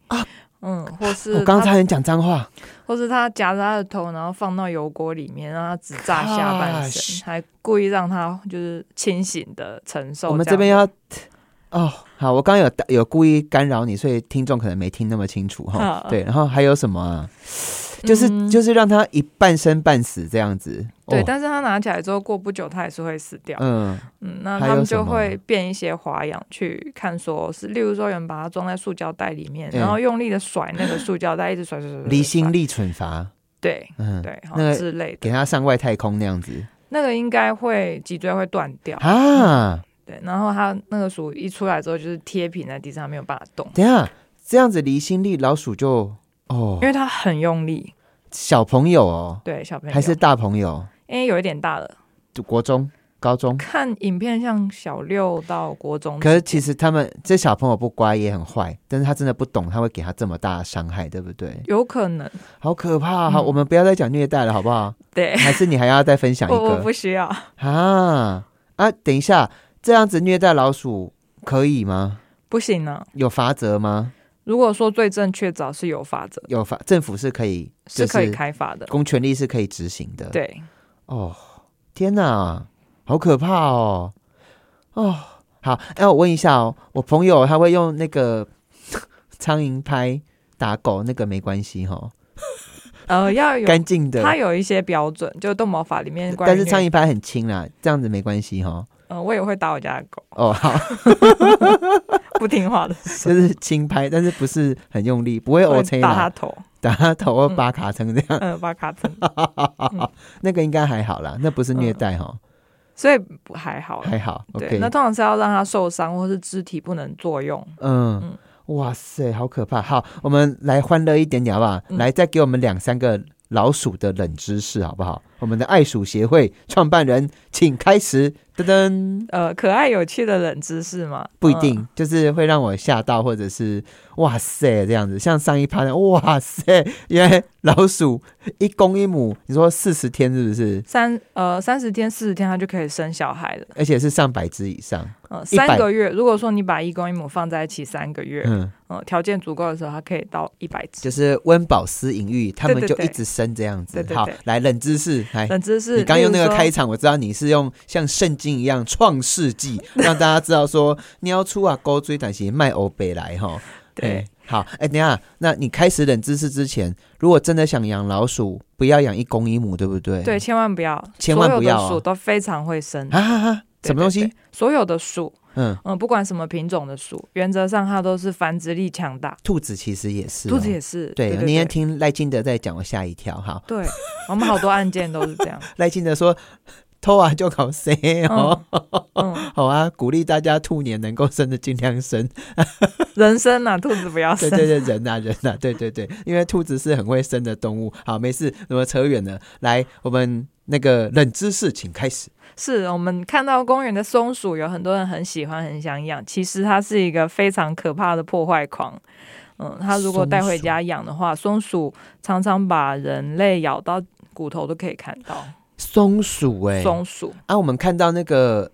Speaker 2: 嗯，或是
Speaker 1: 我哦刚
Speaker 2: 他
Speaker 1: 才很讲脏话，
Speaker 2: 或是他夹着他的头，然后放到油锅里面，让他只炸下半
Speaker 1: Gosh
Speaker 2: 身，还故意让他就是清醒的承受。
Speaker 1: 我们这边要哦，好，我刚刚有有故意干扰你，所以听众可能没听那么清楚哈。
Speaker 2: 好
Speaker 1: 对，然后还有什么啊？就是、
Speaker 2: 嗯
Speaker 1: 就是让他一半生半死这样子。
Speaker 2: 对，
Speaker 1: 哦
Speaker 2: 但是他拿起来之后，过不久他也是会死掉。
Speaker 1: 嗯，
Speaker 2: 嗯，那
Speaker 1: 还
Speaker 2: 他
Speaker 1: 有
Speaker 2: 们
Speaker 1: 什
Speaker 2: 就
Speaker 1: 么
Speaker 2: 会变一些花样去看，说是例如说有人把它装在塑胶袋里面，
Speaker 1: 嗯
Speaker 2: 然后用力的甩那个塑胶袋，一直甩甩甩，甩
Speaker 1: 离心
Speaker 2: 甩
Speaker 1: 力惩罚，
Speaker 2: 对
Speaker 1: 嗯，
Speaker 2: 呃对，好
Speaker 1: 那个
Speaker 2: 之类的，
Speaker 1: 给他上外太空那样子
Speaker 2: 那个应该会脊椎会断掉，
Speaker 1: 啊。
Speaker 2: 对，然后它那个鼠一出来之后就是贴平在地上，没有办法动，
Speaker 1: 等一下这样子离心力，老鼠就哦
Speaker 2: 因，为它很用力，
Speaker 1: 小朋友哦，
Speaker 2: 对小朋友
Speaker 1: 还是大朋友，
Speaker 2: 因为有一点大了，
Speaker 1: 就国中、高中。
Speaker 2: 看影片像小六到国中，
Speaker 1: 嗯可是其实他们这小朋友不乖也很坏，但是他真的不懂，他会给他这么大的伤害，对不对？
Speaker 2: 有可能，
Speaker 1: 好可怕、啊！好，
Speaker 2: 嗯
Speaker 1: 我们不要再讲虐待了，好不好？
Speaker 2: 对
Speaker 1: 还是你还要再分享一
Speaker 2: <laughs> 我我
Speaker 1: 个
Speaker 2: 不需要，
Speaker 1: 啊啊？等一下，这样子虐待老鼠可以吗？
Speaker 2: 不行呢、
Speaker 1: 有罚则吗？
Speaker 2: 如果说最正确找是有法则，
Speaker 1: 有法，政府是可以，就是
Speaker 2: 可以，开发的，
Speaker 1: 公权力是可以执行的。，
Speaker 2: 对。
Speaker 1: 哦，天哪，好可怕哦！哦，好，哎，我问一下哦，我朋友他会用那个 <laughs> 苍蝇拍打狗，那个没关系哈、哦，
Speaker 2: 呃，要有
Speaker 1: 干净的。
Speaker 2: 它有一些标准，就动保法里面关于
Speaker 1: 但是
Speaker 2: 虐
Speaker 1: 苍蝇拍很轻啦，这样子没关系哈、哦。
Speaker 2: 呃，我也会打我家的狗， <laughs>
Speaker 1: 哦，好，
Speaker 2: 不听话的，
Speaker 1: 就是轻拍，但是不是很用力，不会
Speaker 2: 会
Speaker 1: O C
Speaker 2: 打它
Speaker 1: 啦，
Speaker 2: 头，
Speaker 1: 打他头
Speaker 2: 嗯
Speaker 1: 或扒卡成这样，
Speaker 2: 嗯，把它卡疼，
Speaker 1: 那个应该还好啦，那不是虐待哈，
Speaker 2: 所以不还好啦。
Speaker 1: 还好
Speaker 2: 嗯对，
Speaker 1: ，OK
Speaker 2: 那。通常是要让它受伤，或是肢体不能作用。
Speaker 1: 嗯
Speaker 2: 嗯，
Speaker 1: 哇塞，好可怕！好，我们来欢乐一点点好不好？
Speaker 2: 嗯
Speaker 1: 来，再给我们两三个老鼠的冷知识好不好？我们的爱鼠协会创办人，请开始。噔噔，
Speaker 2: 呃，可爱有趣的冷知识嘛，
Speaker 1: 不一
Speaker 2: 嗯
Speaker 1: 定，就是会让我吓到，或者是哇塞这样子。像上一趴的哇塞，因为老鼠一公一母，你说四十天是不是？
Speaker 2: 三呃三十天四十天它就可以生小孩了。
Speaker 1: 而且是上百只以上。
Speaker 2: 呃，
Speaker 1: 100
Speaker 2: 三个月，如果说你把一公一母放在一起三个月，
Speaker 1: 嗯，
Speaker 2: 呃，条件足够的时候，它可以到一百只
Speaker 1: 就。是温饱思淫欲，他们
Speaker 2: 对
Speaker 1: 就
Speaker 2: 对
Speaker 1: 一直生这样子
Speaker 2: 对。对
Speaker 1: 好
Speaker 2: 对，
Speaker 1: 来冷知识，来。
Speaker 2: 冷知识，
Speaker 1: 你刚
Speaker 2: 例
Speaker 1: 用
Speaker 2: 如
Speaker 1: 那个
Speaker 2: 说
Speaker 1: 开场，我知道你是用像圣经一样创世
Speaker 2: <laughs>
Speaker 1: 纪，让大家知道说你要出啊勾追短鞋卖欧北来哈。
Speaker 2: 对
Speaker 1: 哎，好，哎、等一下，那你开始冷知识之前，如果真的想养老鼠，不要养一公一母，对不对？
Speaker 2: 对，千万不要，
Speaker 1: 千万不要啊
Speaker 2: 所有的鼠都非常会生。
Speaker 1: 啊啊，啊
Speaker 2: 对
Speaker 1: 什么东西？？
Speaker 2: 对对所有的鼠，
Speaker 1: 嗯，
Speaker 2: 嗯，不管什么品种的鼠，原则上它都是繁殖力强大。
Speaker 1: 兔子其实也是哦、
Speaker 2: 兔子也是，
Speaker 1: 对。
Speaker 2: 对
Speaker 1: 我那天
Speaker 2: 对
Speaker 1: 听赖金德在讲，我吓一跳。哈，
Speaker 2: 对，我们好多案件都是这样。
Speaker 1: 赖金德说偷啊就搞谁 <laughs> 哦。
Speaker 2: 嗯，
Speaker 1: 好啊，鼓励大家兔年能够生的尽量 <laughs> 生。
Speaker 2: 人参呐，兔子不要
Speaker 1: 对
Speaker 2: 生。
Speaker 1: 对对，人呐、人呐、对对对，因为兔子是很会生的动物。好，没事，怎么扯远了？来，我们那个冷知识，请开始。
Speaker 2: 是我们看到公园的松鼠，有很多人很喜欢，很想养。其实它是一个非常可怕的破坏狂。嗯，它如果带回家养的话，松鼠常常把人类咬到骨头都可以看到。
Speaker 1: 松鼠、欸，
Speaker 2: 松鼠，
Speaker 1: 啊，我们看到那个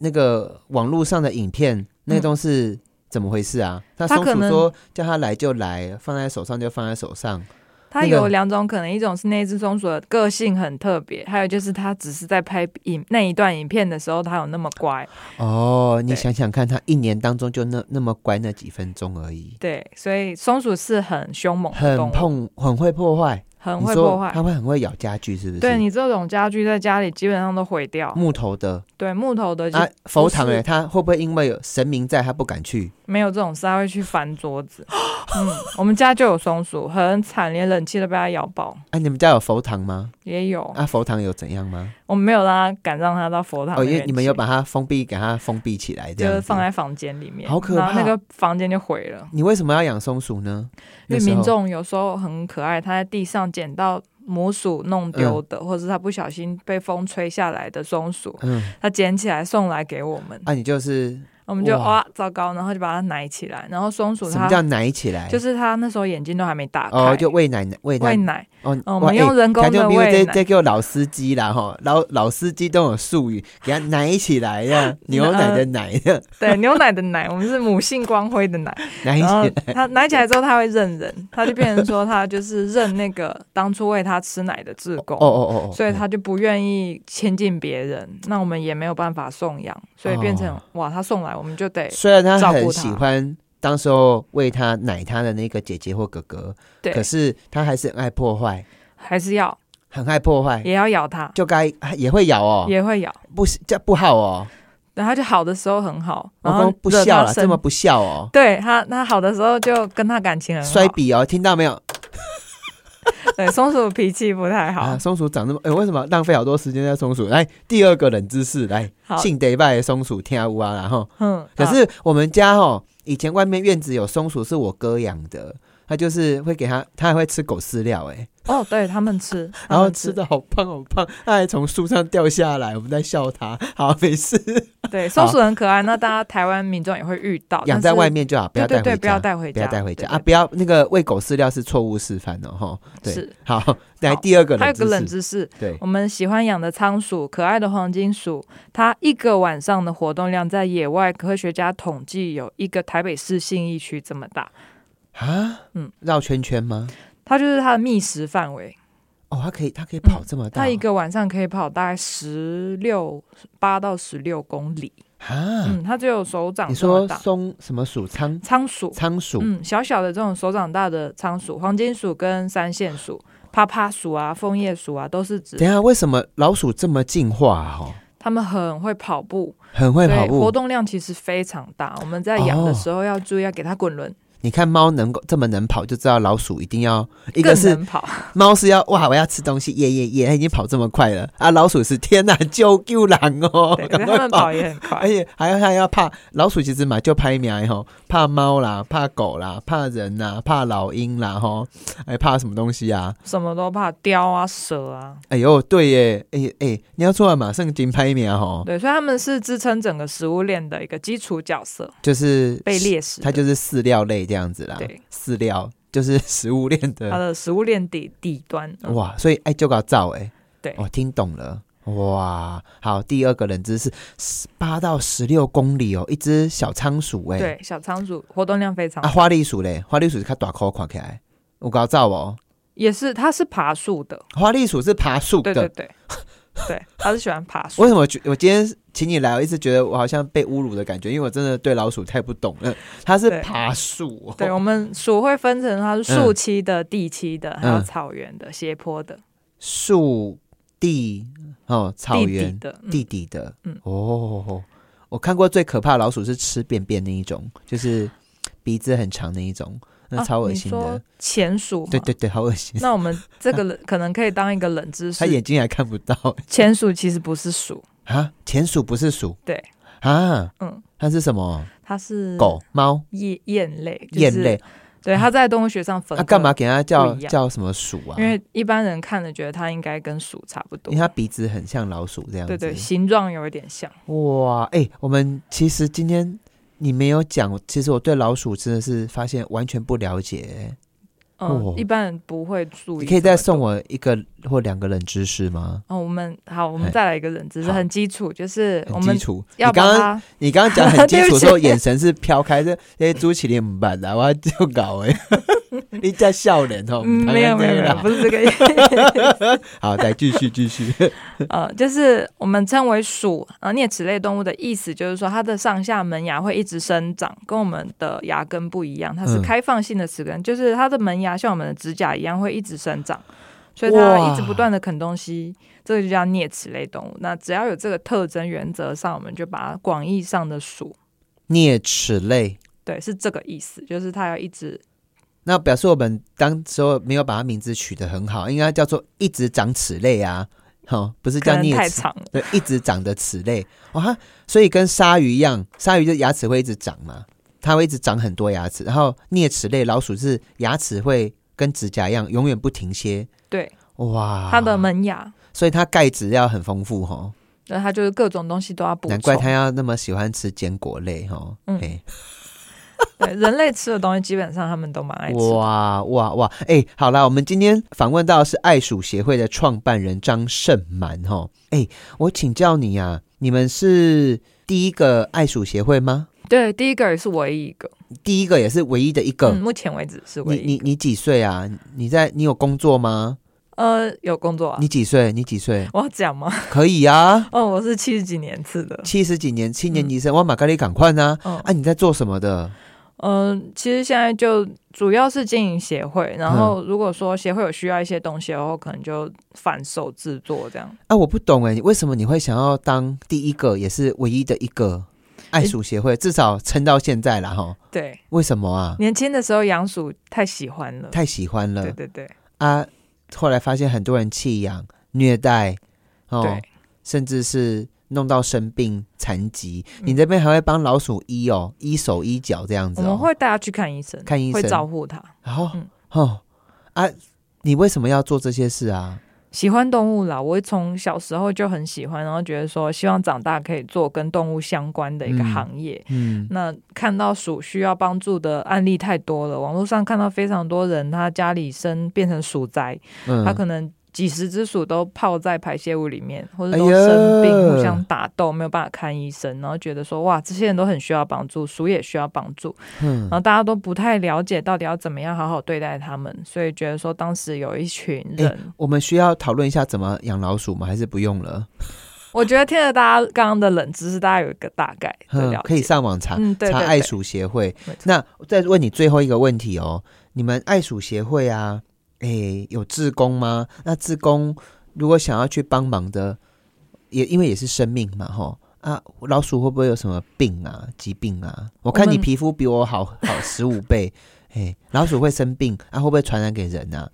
Speaker 1: 那个网络上的影片，那个
Speaker 2: 嗯
Speaker 1: 东西怎么回事啊？那
Speaker 2: 它
Speaker 1: 松
Speaker 2: 可
Speaker 1: 鼠
Speaker 2: 能
Speaker 1: 说叫它来就来，放在手上就放在手上。
Speaker 2: 它
Speaker 1: 那个
Speaker 2: 有两种可能，一种是那只松鼠的个性很特别，还有就是它只是在拍影那一段影片的时候，它有那么乖，
Speaker 1: 哦，你
Speaker 2: 对
Speaker 1: 想想看，它一年当中就那那么乖那几分钟而已，
Speaker 2: 对，所以松鼠是很凶猛的动
Speaker 1: 嗯很
Speaker 2: 物，
Speaker 1: 碰，很会破坏，
Speaker 2: 很
Speaker 1: 你
Speaker 2: 会
Speaker 1: 说
Speaker 2: 破坏
Speaker 1: 它。会很会咬家具，是不是？
Speaker 2: 对你这种家具在家里基本上都毁掉，
Speaker 1: 木头的
Speaker 2: 对木头的就
Speaker 1: 啊，佛堂
Speaker 2: 不
Speaker 1: 哎，
Speaker 2: 是
Speaker 1: 他会不会因为有神明在，他不敢去？
Speaker 2: 没有这种事，它会去翻桌子。 <gasps> 嗯，我们家就有松鼠，很惨，连冷气都被它咬爆，
Speaker 1: 啊，你们家有佛堂吗？
Speaker 2: 也有。
Speaker 1: 啊，佛堂有怎样吗？
Speaker 2: 我们没有让它敢让它到佛堂
Speaker 1: 哦，
Speaker 2: 那边
Speaker 1: 因
Speaker 2: 去，
Speaker 1: 为你们有把它封闭，给它封闭起来，这
Speaker 2: 就
Speaker 1: 样
Speaker 2: 是
Speaker 1: 子
Speaker 2: 放在房间里面，
Speaker 1: 好可
Speaker 2: 然后那
Speaker 1: 怕
Speaker 2: 个房间就毁了。
Speaker 1: 你为什么要养松鼠呢？
Speaker 2: 因
Speaker 1: 那
Speaker 2: 为
Speaker 1: 时候
Speaker 2: 民众有时候很可爱，他在地上捡到母鼠弄丢的，或者是它不小心被风吹下来的松鼠，
Speaker 1: 嗯，
Speaker 2: 它捡起来送来给我们，
Speaker 1: 啊，你就是
Speaker 2: 我们就
Speaker 1: 哇
Speaker 2: 哇糟糕，然后就把它奶起来，然后松鼠
Speaker 1: 什
Speaker 2: 它
Speaker 1: 么叫奶起来？
Speaker 2: 就是它那时候眼睛都还没打开，
Speaker 1: 哦，就喂奶喂奶
Speaker 2: 喂奶，
Speaker 1: 哦，
Speaker 2: 哦我
Speaker 1: 哇
Speaker 2: 们用
Speaker 1: 欸
Speaker 2: 人工
Speaker 1: 听众
Speaker 2: 的
Speaker 1: 朋友
Speaker 2: 喂
Speaker 1: 这
Speaker 2: 奶
Speaker 1: 这叫老司机啦哈，老老司机都有术语，给它奶起来
Speaker 2: <laughs> 呃
Speaker 1: 呀，牛奶的奶呀，
Speaker 2: 对，牛奶的奶，我们是母性光辉的奶。
Speaker 1: 奶
Speaker 2: 然后
Speaker 1: 起
Speaker 2: 它奶起来之后，它会认人，它就变成说它就是认那个当初喂它吃奶的志工。
Speaker 1: 哦哦哦，
Speaker 2: 所以它就不愿意亲近别人，那我们也没有办法送养，所以变成、
Speaker 1: 哦
Speaker 2: 哇，它送来我们就得
Speaker 1: 虽然他
Speaker 2: 照
Speaker 1: 很
Speaker 2: 顾
Speaker 1: 喜
Speaker 2: 他
Speaker 1: 欢当时候喂他奶他的那个姐姐或哥哥，
Speaker 2: 对
Speaker 1: 可是他还是很爱破坏，
Speaker 2: 还是要
Speaker 1: 很爱破坏，
Speaker 2: 也要咬它，
Speaker 1: 就该也会咬哎哦，
Speaker 2: 也会咬。
Speaker 1: 不是这不好哦，
Speaker 2: 然后它就好的时候很好，
Speaker 1: 我
Speaker 2: 然后
Speaker 1: 说哦不
Speaker 2: 惹
Speaker 1: 孝
Speaker 2: 到
Speaker 1: 了，
Speaker 2: 生
Speaker 1: 这么不孝哦，
Speaker 2: 对它它好的时候就跟它感情很好。
Speaker 1: 摔笔哦，听到没有？
Speaker 2: 对松鼠脾气不太好
Speaker 1: 啊，，松鼠长那么，哎、为什么浪费好多时间在松鼠？来，第二个冷知识，来，
Speaker 2: 好
Speaker 1: 信得拜的松鼠天乌啊，然后，
Speaker 2: 嗯，
Speaker 1: 可
Speaker 2: 啊
Speaker 1: 是我们家哦，以前外面院子有松鼠，是我哥养的，他就是会给它，它还会吃狗饲料、哎，
Speaker 2: 哦，对他们吃，它
Speaker 1: 然后
Speaker 2: 们
Speaker 1: 吃的好胖好胖，它还从树上掉下来，我们在笑它。 <laughs> 好，没事，
Speaker 2: <laughs> 对，松鼠很可爱，那大家台湾民众也会遇到，
Speaker 1: 养
Speaker 2: 但
Speaker 1: 在
Speaker 2: 是
Speaker 1: 外，面就好，不
Speaker 2: 对
Speaker 1: 要带
Speaker 2: 对
Speaker 1: 回家，
Speaker 2: 对，不要带回
Speaker 1: 不
Speaker 2: 家，
Speaker 1: 要带回家
Speaker 2: 对
Speaker 1: 啊！，不要那个喂狗饲料是错误示范哦，哈，
Speaker 2: 对
Speaker 1: 对，
Speaker 2: 是。
Speaker 1: 好，来
Speaker 2: 好
Speaker 1: 第二个
Speaker 2: 还有
Speaker 1: 冷
Speaker 2: 个
Speaker 1: 知
Speaker 2: 冷
Speaker 1: 识，
Speaker 2: 知识，
Speaker 1: 对，
Speaker 2: 我们喜欢养的仓鼠，可爱的黄金鼠，它一个晚上的活动量在野外，科学家统计有一个台北市信义区这么大，
Speaker 1: 啊，嗯
Speaker 2: 嗯，
Speaker 1: 绕圈圈吗？
Speaker 2: 它就是它的觅食范围，
Speaker 1: 哦，它可以，它可以跑这么大哦，
Speaker 2: 嗯它一个晚上可以跑大概十六八到十六公里，
Speaker 1: 啊，
Speaker 2: 嗯，它只有手掌
Speaker 1: 你
Speaker 2: 这么
Speaker 1: 说
Speaker 2: 大，
Speaker 1: 松什么鼠仓
Speaker 2: 仓鼠
Speaker 1: 仓鼠、
Speaker 2: 嗯，小小的这种手掌大的仓鼠，黄金鼠跟三线鼠、趴趴鼠啊、枫叶鼠啊，都是指
Speaker 1: 等一下为什么老鼠这么进化啊哦？
Speaker 2: 它们很会跑步，
Speaker 1: 很会
Speaker 2: 对，
Speaker 1: 跑步
Speaker 2: 活。动量其实非常大。我们在养的时候要注意，要给它滚轮，
Speaker 1: 你看猫能够这么能跑，就知道老鼠一定要一个
Speaker 2: 更
Speaker 1: 是
Speaker 2: 能跑。
Speaker 1: 猫是要哇，我要吃东西，耶耶耶，它已经跑这么快了啊！老鼠是天哪，救救狼哦，
Speaker 2: 对，
Speaker 1: <laughs>
Speaker 2: 可
Speaker 1: 赶
Speaker 2: 是
Speaker 1: 快哎
Speaker 2: 它们跑！也很快
Speaker 1: 而。且还要还要怕老鼠，其实嘛就拍苗吼，怕猫啦，怕狗啦，怕人啦，怕老鹰啦吼，还怕什么东西啊？
Speaker 2: 什么都怕，雕啊、蛇啊，
Speaker 1: 哎呦，对耶，哎哎，你要出来马上金拍苗吼，
Speaker 2: 对，所以它们是支撑整个食物链的一个基础角色，
Speaker 1: 就是
Speaker 2: 被猎食的，
Speaker 1: 它就是饲料类这样子啦。
Speaker 2: 对，
Speaker 1: 饲料就是食物链
Speaker 2: 它
Speaker 1: 的。
Speaker 2: 的食物链底底端。嗯
Speaker 1: 哇，所以哎，就搞造哎，
Speaker 2: 对
Speaker 1: 我、听懂了。哇，好，第二个冷知识，八到十六公里哦，一只小仓鼠哎。
Speaker 2: 对，小仓鼠活动量非常
Speaker 1: 啊，
Speaker 2: 大，
Speaker 1: 花栗鼠嘞，花栗鼠是看短壳看起来，我搞造哦。
Speaker 2: 也是它是爬树的，
Speaker 1: 花栗鼠是爬树的，
Speaker 2: 对对
Speaker 1: <laughs>
Speaker 2: 对，对，它是喜欢爬树
Speaker 1: 为。什么觉？我今天请你来，我一直觉得我好像被侮辱的感觉，因为我真的对老鼠太不懂了。它是
Speaker 2: 对
Speaker 1: 爬树、哦，
Speaker 2: 对，我们鼠会分成它是树栖的、地栖的，还有
Speaker 1: 嗯
Speaker 2: 草原的、斜坡的、
Speaker 1: 树地哦，草
Speaker 2: 地
Speaker 1: 原
Speaker 2: 底的。嗯
Speaker 1: 弟弟的，嗯
Speaker 2: 嗯，
Speaker 1: 哦，我看过最可怕的老鼠是吃便便那一种，就是鼻子很长那一种，那
Speaker 2: 啊
Speaker 1: 超恶心的，
Speaker 2: 你说前鼠，
Speaker 1: 对对。对，好恶心，
Speaker 2: 那我们这
Speaker 1: <laughs>
Speaker 2: 个可能可以当一个冷知
Speaker 1: 它
Speaker 2: 识，
Speaker 1: 眼睛还看不到
Speaker 2: 前鼠其实不是鼠，
Speaker 1: 啊，田鼠不是鼠，
Speaker 2: 对
Speaker 1: 啊，
Speaker 2: 嗯，
Speaker 1: 它是什么？
Speaker 2: 它是
Speaker 1: 狗、猫、
Speaker 2: 燕燕类，就是
Speaker 1: 燕类，
Speaker 2: 对，它在动物学上分。
Speaker 1: 啊那干嘛？给它叫
Speaker 2: 不一样
Speaker 1: 叫什么鼠啊？
Speaker 2: 因为一般人看了觉得它应该跟鼠差不多
Speaker 1: 因为，它鼻子很像老鼠这样子，
Speaker 2: 对对，形状有一点像。
Speaker 1: 哇，哎、我们其实今天你没有讲，其实我对老鼠真的是发现完全不了解、哦
Speaker 2: 嗯，一般人不会注意。
Speaker 1: 你可以再送。我一个或两个冷知识吗？
Speaker 2: 哦，我们好，我
Speaker 1: 哎
Speaker 2: 们再来一个冷知识，
Speaker 1: 好
Speaker 2: 很基础，就是我
Speaker 1: 很
Speaker 2: 们
Speaker 1: 基础。你
Speaker 2: 要
Speaker 1: 刚刚
Speaker 2: 把它
Speaker 1: 你刚
Speaker 2: <laughs>
Speaker 1: 刚讲很基
Speaker 2: 对
Speaker 1: 础
Speaker 2: 不
Speaker 1: 的
Speaker 2: 起
Speaker 1: 时候，眼神是飘开，这这些朱启林唔办啦，我要 <laughs> 就搞哎，你在笑脸哦，
Speaker 2: 嗯，没有没有没有，
Speaker 1: 啦。
Speaker 2: 不是这个意 <laughs> 思。
Speaker 1: <laughs> 好，再继续继续。
Speaker 2: 呃，就是我们称为鼠呃啮齿类动物的意思，就是说它的上下门牙会一直生长，跟我们的牙根不一样，它是
Speaker 1: 嗯
Speaker 2: 开放性的齿根，就是它的门牙像我们的指甲一样会一直生长，所以它
Speaker 1: 哇
Speaker 2: 一直不断的啃东西，这个就叫啮齿类动物。那只要有这个特征，原则上我们就把它广义上的鼠，
Speaker 1: 啮齿类，
Speaker 2: 对，是这个意思，就是它要一直
Speaker 1: 那表示我们当时候没有把它名字取得很好，应该叫做一直长齿类啊，好、不是
Speaker 2: 可
Speaker 1: 叫
Speaker 2: 能
Speaker 1: 啮
Speaker 2: 太
Speaker 1: 齿，
Speaker 2: 长了，
Speaker 1: 对，一直长的齿类哇、它所以跟鲨鱼一样，鲨鱼就牙齿会一直长嘛，它会一直长很多牙齿。然后啮齿类老鼠是牙齿会跟指甲一样，永远不停歇。
Speaker 2: 对，
Speaker 1: 哇，
Speaker 2: 它的，门牙，
Speaker 1: 所以它钙质要很丰富哈，
Speaker 2: 对，它就是各种东西都要补充。
Speaker 1: 难怪它要那么喜欢吃坚果类哈。
Speaker 2: 嗯
Speaker 1: 嘿
Speaker 2: 对人类吃的东西，基本上他们都蛮爱吃的。
Speaker 1: 哇哇哇！哎、好啦，我们今天访问到的是爱鼠协会的创办人张胜蛮哈。哎、我请教你啊，你们是第一个爱鼠协会吗？
Speaker 2: 对，第一个也是唯一一个，
Speaker 1: 第一个也是唯一的一个。
Speaker 2: 嗯，目前为止是唯
Speaker 1: 你
Speaker 2: 一一
Speaker 1: 你
Speaker 2: 个。
Speaker 1: 你几岁啊？你在你有工作吗？
Speaker 2: 呃，有工作啊？
Speaker 1: 你几岁？你几岁？ <laughs>
Speaker 2: 我要讲吗？ <laughs>
Speaker 1: 可以啊，
Speaker 2: 哦，我是七十几年次的。
Speaker 1: 七十几年七年级生，我马咖喱赶快呢。
Speaker 2: 嗯
Speaker 1: 啊，你在做什么的？
Speaker 2: 嗯、其实现在就主要是经营协会，然
Speaker 1: 嗯
Speaker 2: 后如果说协会有需要一些东西的话，可能就反手制作这样。
Speaker 1: 啊，我不懂哎，你为什么你会想要当第一个，也是唯一的一个爱鼠协会？至少撑到现在啦哈。
Speaker 2: 对，
Speaker 1: 为什么啊？
Speaker 2: 年轻的时候养鼠太喜欢了，
Speaker 1: 太喜欢了
Speaker 2: 对对对
Speaker 1: 啊！后来发现很多人弃养、虐待，哦
Speaker 2: 对，，
Speaker 1: 甚至是弄到生病、残疾。
Speaker 2: 嗯
Speaker 1: 你这边还会帮老鼠医哦，医手医脚这样子
Speaker 2: 我
Speaker 1: 哦。
Speaker 2: 们会带它去看医生，
Speaker 1: 看医
Speaker 2: 会
Speaker 1: 生，
Speaker 2: 照顾它。
Speaker 1: 然后
Speaker 2: 嗯
Speaker 1: 哦啊，你为什么要做这些事啊？
Speaker 2: 喜欢动物啦，我从小时候就很喜欢，然后觉得说希望长大可以做跟动物相关的一个
Speaker 1: 嗯
Speaker 2: 行业。
Speaker 1: 嗯
Speaker 2: 那看到鼠需要帮助的案例太多了，网络上看到非常多人，他家里生变成鼠灾，
Speaker 1: 嗯，
Speaker 2: 他可能几十只鼠都泡在排泄物里面，或者
Speaker 1: 哎
Speaker 2: 都
Speaker 1: 呀
Speaker 2: 生病、互相打斗，没有办法看医生，然后觉得说哇，这些人都很需要帮助，鼠也需要帮助，
Speaker 1: 嗯
Speaker 2: 然后大家都不太了解到底要怎么样好好对待他们，所以觉得说当时有一群人，
Speaker 1: 我们需要讨论一下怎么养老鼠吗？还是不用了？
Speaker 2: 我觉得听了大家刚刚的冷知识，大家有一个大概的
Speaker 1: 嗯
Speaker 2: 了，解，
Speaker 1: 可以上网查、
Speaker 2: 嗯对对
Speaker 1: 查爱
Speaker 2: 对
Speaker 1: 鼠协会
Speaker 2: 没错。
Speaker 1: 那再问你最后一个问题哦，你们爱鼠协会啊，诶，有志工吗？那志工如果想要去帮忙的，也因为也是生命嘛，吼。啊，老鼠会不会有什么病啊、疾病啊？我看你
Speaker 2: 们
Speaker 1: 皮肤比我好好十五倍，哎，老鼠会生病啊，会不会传染给人啊？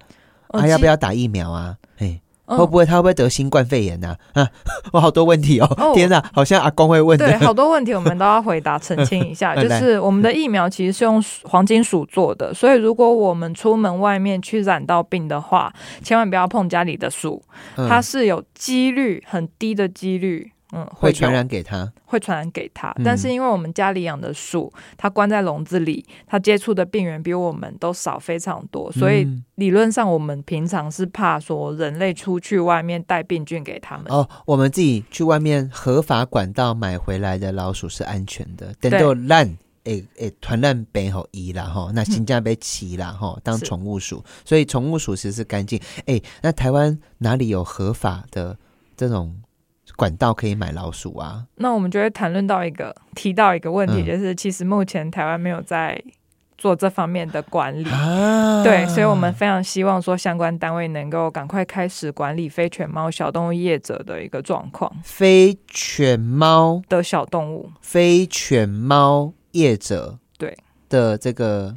Speaker 2: 哦
Speaker 1: 啊，要不？
Speaker 2: 其
Speaker 1: 要打疫苗啊？哎，
Speaker 2: 嗯
Speaker 1: 会不会他会不会得新冠肺炎呐、啊？ <laughs> 我好多问题哦！
Speaker 2: 哦
Speaker 1: 天哪，好像阿公会问
Speaker 2: 对，
Speaker 1: 的。
Speaker 2: 好多问题我们都要回答澄清一
Speaker 1: <laughs>
Speaker 2: 下。
Speaker 1: 来
Speaker 2: 就是我们的疫苗其实是用黄金鼠做的，所以如果我们出门外面去染到病的话，千万不要碰家里的鼠，
Speaker 1: 嗯
Speaker 2: 它是有几率很低的几率。嗯，
Speaker 1: 会
Speaker 2: 有
Speaker 1: 传染给他。
Speaker 2: 会传染给它
Speaker 1: 嗯。
Speaker 2: 但是因为我们家里养的鼠，它关在笼子里，它接触的病源比我们都少非常多，所以
Speaker 1: 嗯
Speaker 2: 理论上我们平常是怕说人类出去外面带病菌给他们。
Speaker 1: 哦，我们自己去外面合法管道买回来的老鼠是安全的，等到烂。诶诶，传染北吼一啦吼，那新加被骑啦吼，当
Speaker 2: 嗯是
Speaker 1: 宠物鼠，所以宠物鼠其实是干净。诶，那台湾哪里有合法的这种管道可以买老鼠啊？
Speaker 2: 那我们就会谈论到一个提到一个问题，
Speaker 1: 嗯
Speaker 2: 就是其实目前台湾没有在做这方面的管理。
Speaker 1: 啊，
Speaker 2: 嗯对，所以，我们非常希望说，相关单位能够赶快开始管理非犬猫小动物业者的一个状况
Speaker 1: 非犬猫
Speaker 2: 的小动物
Speaker 1: 非犬猫业者
Speaker 2: 对
Speaker 1: 的这个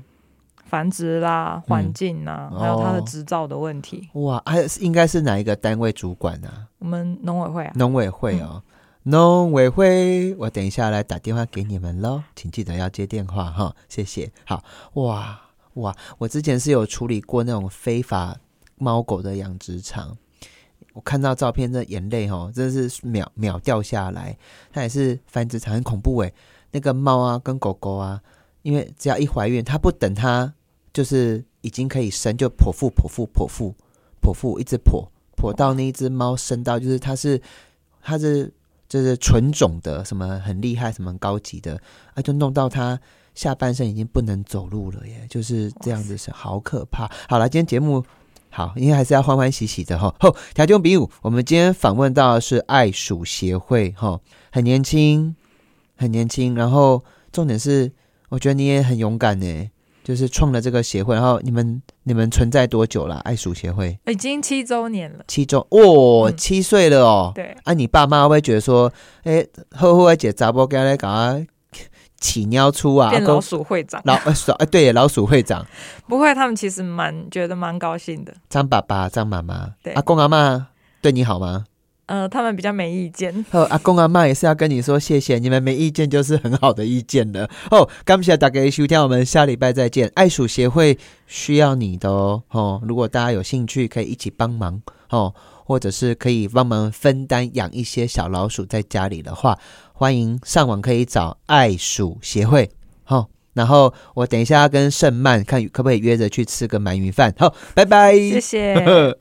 Speaker 2: 繁殖啦、环境啦，
Speaker 1: 哦
Speaker 2: 还有它的执照的问题。
Speaker 1: 哇，还是应该是哪一个单位主管啊？
Speaker 2: 我们农委会啊，
Speaker 1: 农委会哦，农委会，我等一下来打电话给你们喽，请记得要接电话哈，谢谢。好，哇哇，我之前是有处理过那种非法猫狗的养殖场，我看到照片，那眼泪哦，真的是秒秒掉下来。它也是繁殖场，很恐怖诶。那个猫啊，跟狗狗啊，因为只要一怀孕，它不等它就是已经可以生，就剖腹剖腹剖腹剖腹，一直剖剖到那一只猫生到就是它是它是就是纯种的，什么很厉害，什么很高级的，啊，就弄到它。下半身已经不能走路了耶，就是这样子，是好可怕。好了，今天节目好，因为还是要欢欢喜喜的哈。 <laughs> 吼，调酒比武，我们今天访问到的是爱鼠协会哈，吼很年轻，很年轻。然后重点是，我觉得你也很勇敢呢，就是创了这个协会。然后你们你们存在多久了？爱鼠协会
Speaker 2: 已经七周年了。
Speaker 1: 七周哦，
Speaker 2: 嗯
Speaker 1: 七岁了哦。
Speaker 2: 对，
Speaker 1: 啊，你爸妈会不会觉得说，哎、后后来姐杂波该来搞啊，起尿出啊，
Speaker 2: 变
Speaker 1: 啊
Speaker 2: 老
Speaker 1: 公
Speaker 2: 鼠会长，
Speaker 1: 老呃鼠啊，对耶，老鼠会长
Speaker 2: 不会，他们其实蛮觉得蛮高兴的。
Speaker 1: 张爸爸、张妈妈
Speaker 2: 对，
Speaker 1: 阿公阿妈对你好吗？
Speaker 2: 呃，他们比较没意见。
Speaker 1: 哦，阿公阿嬷也是要跟你说谢谢，你们没意见就是很好的意见了。哦，感谢大家收听，我们下礼拜再见。爱鼠协会需要你的哦，哦，如果大家有兴趣，可以一起帮忙哦，或者是可以帮忙分担养一些小老鼠在家里的话，欢迎上网可以找爱鼠协会。好、然后我等一下要跟盛曼看可不可以约着去吃个鳗鱼饭。好，拜拜， <laughs>
Speaker 2: 谢谢。